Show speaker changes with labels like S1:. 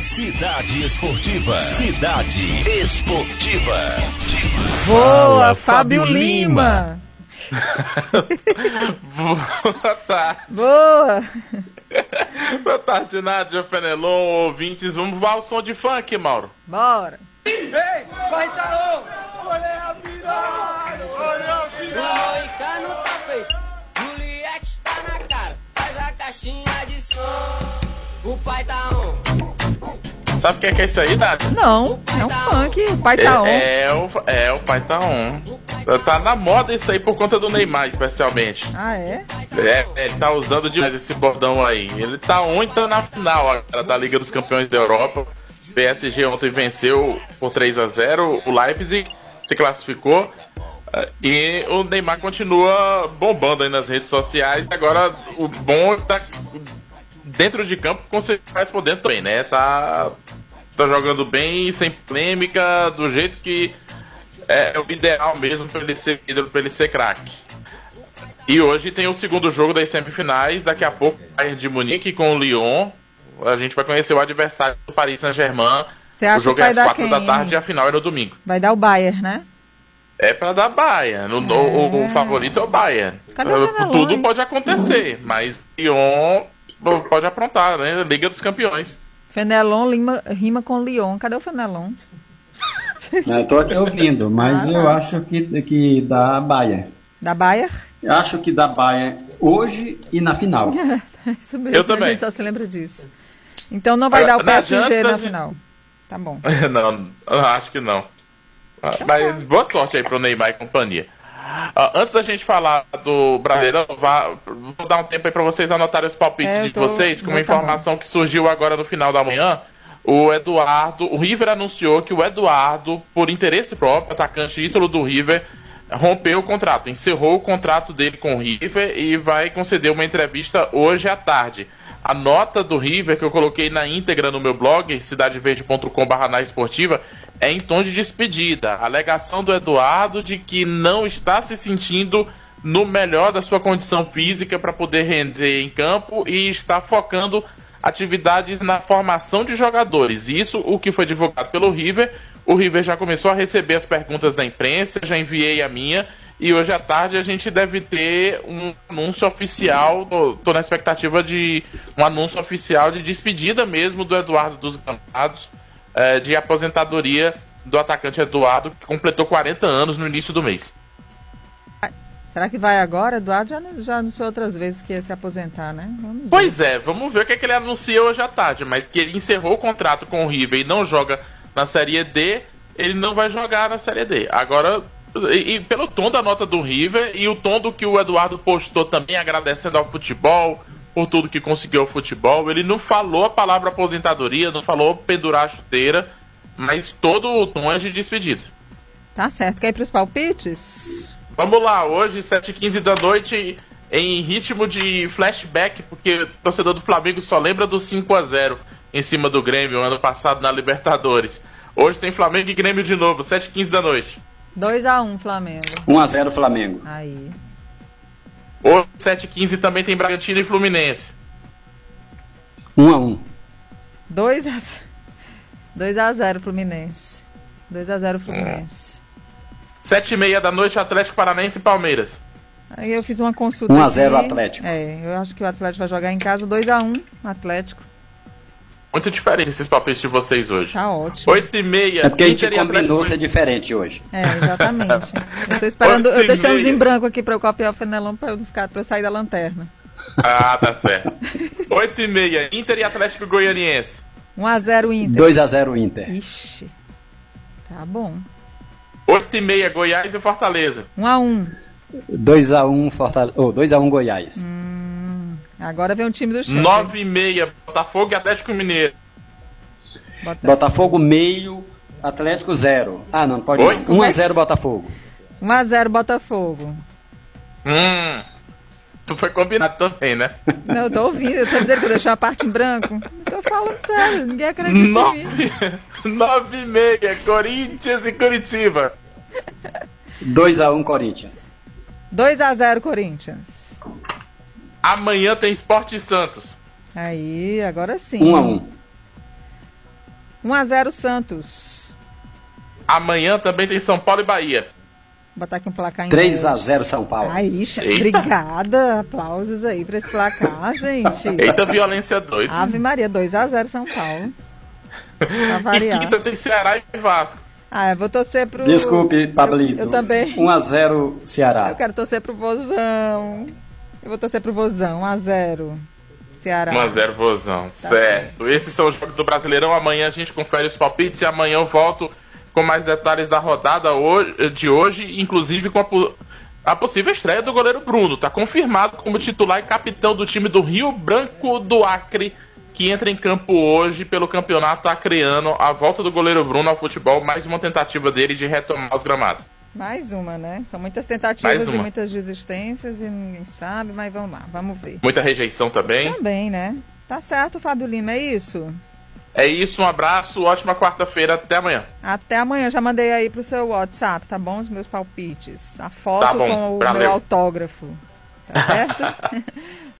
S1: Cidade Esportiva. Cidade Esportiva.
S2: Boa, Fábio Lima.
S3: Boa tarde.
S2: Boa.
S3: Boa tarde, Nádia Fenelon, ouvintes. Vamos voar o som de funk, Mauro.
S2: Bora.
S4: Moicano tá feito, Juliette tá na cara, faz a caixinha de som. O pai tá on,
S3: Sabe o que é, que é isso aí, Nádia?
S2: Não, é um funk. O pai tá on.
S3: É, é o, é, o pai tá on. Tá na moda isso aí por conta do Neymar, especialmente.
S2: Ah, é?
S3: É, ele tá usando demais esse bordão aí. Ele tá on e tá na final agora da Liga dos Campeões da Europa. PSG ontem venceu por 3 a 0 o Leipzig, se classificou. eh, E o Neymar continua bombando aí nas redes sociais. Agora o bom é que tá dentro de campo, como você faz por dentro também, né? Tá, tá jogando bem, sem polêmica, do jeito que é o ideal mesmo pra ele ser ídolo, pra ele ser craque. E hoje tem o segundo jogo das semifinais. Daqui a pouco, Bayern de Munique com o Lyon. A gente vai conhecer o adversário do Paris Saint-Germain.
S2: Você
S3: O
S2: acha
S3: jogo
S2: que
S3: é
S2: vai
S3: às
S2: dar
S3: quatro
S2: quem?
S3: da tarde e a final é no domingo.
S2: Vai dar o Bayer, né?
S3: É pra dar Bayern. O, o- o favorito é o Bayern.
S2: Cadê o Fenelon,
S3: Tudo
S2: hein?
S3: pode acontecer, mas Lyon pode aprontar, né? Liga dos Campeões.
S2: Fenelon lima- rima com Leon. Cadê o Fenelon?
S5: Eu tô aqui ouvindo, mas
S2: Ah,
S5: eu
S2: tá.
S5: acho que, que dá Baia.
S2: Da Bayer?
S5: Eu acho que dá Baia hoje e na final.
S2: Isso mesmo,
S3: Eu também.
S2: a gente só se lembra disso. Então não vai
S3: Ah,
S2: dar o
S3: na
S2: PSG
S3: Janssen, a
S2: na
S3: gente-
S2: final. Tá bom.
S3: não, eu acho que não. Ah,
S2: Então tá.
S3: Mas boa sorte aí pro Neymar e companhia. Ah, antes da gente falar do Brasileirão, vá- vou dar um tempo aí pra vocês anotarem os palpites
S2: É, eu
S3: de
S2: tô-
S3: vocês, com uma
S2: vou tá bom.
S3: informação que surgiu agora no final da manhã. O Eduardo, o River anunciou que o Eduardo, por interesse próprio, atacante ídolo do River, rompeu o contrato, encerrou o contrato dele com o River e vai conceder uma entrevista hoje à tarde. A nota do River que eu coloquei na íntegra no meu blog, cidadeverde.com.br na esportiva, é em tom de despedida. A alegação do Eduardo de que não está se sentindo no melhor da sua condição física para poder render em campo e está focando atividades na formação de jogadores. Isso o que foi divulgado pelo River. O River já começou a receber as perguntas da imprensa, já enviei a minha. E hoje à tarde a gente deve ter um anúncio oficial. Tô, tô na expectativa de um anúncio oficial de despedida mesmo do Eduardo dos Gramados, eh, de aposentadoria do atacante Eduardo, que completou 40 anos no início do mês.
S2: Será que vai agora? Eduardo já, já anunciou outras vezes que ia se aposentar, né? Vamos ver.
S3: Pois é, vamos ver o que, é que ele anuncia hoje à tarde, mas que ele encerrou o contrato com o River e não joga na Série D, ele não vai jogar na Série D. Agora, e, e pelo tom da nota do River e o tom do que o Eduardo postou também, agradecendo ao futebol por tudo que conseguiu ao futebol, ele não falou a palavra aposentadoria, não falou pendurar a chuteira, mas todo o tom é de despedida.
S2: Tá certo. Quer ir pros palpites?
S3: Vamos lá, hoje, 7h15 da noite, em ritmo de flashback, porque o torcedor do Flamengo só lembra do 5 a 0 em cima do Grêmio ano passado na Libertadores. Hoje tem Flamengo e Grêmio de novo, 7h15 da noite.
S2: 2x1 Flamengo.
S5: 1x0 Flamengo.
S2: Aí.
S3: Hoje, 7h15, também tem Bragantino e Fluminense.
S5: 1x1.
S2: 2 a 2 a 0 Fluminense. 2 a 0 Fluminense.
S3: 7h30 da noite, Atlético Paranaense e Palmeiras.
S2: Aí eu fiz uma consulta
S5: 1 a 0
S2: aqui.
S5: Atlético.
S2: É, eu acho que o Atlético vai jogar em casa 2 a 1 Atlético.
S3: Muito diferente esses papéis de vocês hoje.
S2: Tá ótimo.
S3: 8h30,
S5: É porque a gente
S3: Inter e Atlético né?
S5: combinou ser diferente hoje.
S2: É, exatamente. Eu tô esperando, eu
S3: Oito e
S2: tô deixando os
S3: meia.
S2: em branco aqui pra eu copiar o Fenelon pra eu não ficar, pra eu sair da lanterna.
S3: Ah, tá certo. 8h30, Inter e Atlético Goianiense.
S2: 1 a 0 Inter.
S5: 2x0 Inter.
S2: Ixi. Tá bom.
S3: 8h30, Goiás e Fortaleza.
S2: 1 a 1.
S5: 2x1 Fortaleza. Ou 2x1 Goiás.
S2: Hum. Agora vem o time do Chile.
S3: 9 e meia, Botafogo e Atlético Mineiro.
S2: Bota...
S5: Botafogo meio, Atlético 0. Ah, não, pode
S3: Oi?
S5: não.
S2: Como é que-
S5: 1x0 Botafogo.
S2: 1 a 0 Botafogo.
S3: Hum. Tu foi combinado também, né?
S2: Não, eu tô ouvindo, eu tô dizendo que eu deixei a parte em branco. Eu tô falando sério, ninguém acredita em mim.
S3: 9, 9 e meia, Corinthians e Curitiba.
S5: 2x1 Corinthians.
S2: 2 a 0 Corinthians.
S3: Amanhã tem Esporte e Santos.
S6: Um
S2: Aí, agora sim.
S5: 1x1.
S2: 1x0 Santos.
S3: Amanhã também tem São Paulo e Bahia.
S2: Vou botar aqui um placar em
S6: 3 a 0 São Paulo.
S2: Aí, xa- obrigada. Aplausos aí pra esse placar, gente.
S3: Eita, violência doida.
S2: Ave Maria, 2x0 São Paulo. Pra variar.
S3: E quinta tem Ceará e Vasco.
S2: Ah, eu vou torcer pro.
S6: Desculpe, Pablito.
S2: Eu, eu também.
S6: 1 a 0
S2: Eu
S6: Ceará.
S2: quero torcer pro Vozão. Eu vou torcer pro Vozão, 1x0. Ceará.
S3: 1x0, Vozão. certo. Esses são os jogos do Brasileirão. Amanhã a gente confere os palpites e amanhã eu volto com mais detalhes da rodada ho- de hoje, inclusive com a, po- a possível estreia do goleiro Bruno. Tá confirmado como titular e capitão do time do Rio Branco do Acre, que entra em campo hoje pelo campeonato acreano. A volta do goleiro Bruno ao futebol, mais uma tentativa dele de retomar os gramados.
S2: Mais uma, né? São muitas tentativas
S3: Mais
S2: e
S3: uma.
S2: muitas desistências e ninguém sabe, mas vamos lá, vamos ver.
S3: Muita rejeição também.
S2: Também, né? Tá certo, Fábio Lima, é isso?
S3: É isso, um abraço, ótima quarta-feira, até amanhã.
S2: Até amanhã, já mandei aí pro seu WhatsApp, tá bom? Os meus palpites. A foto
S3: Tá bom,
S2: com o
S3: valeu.
S2: meu autógrafo. Tá certo?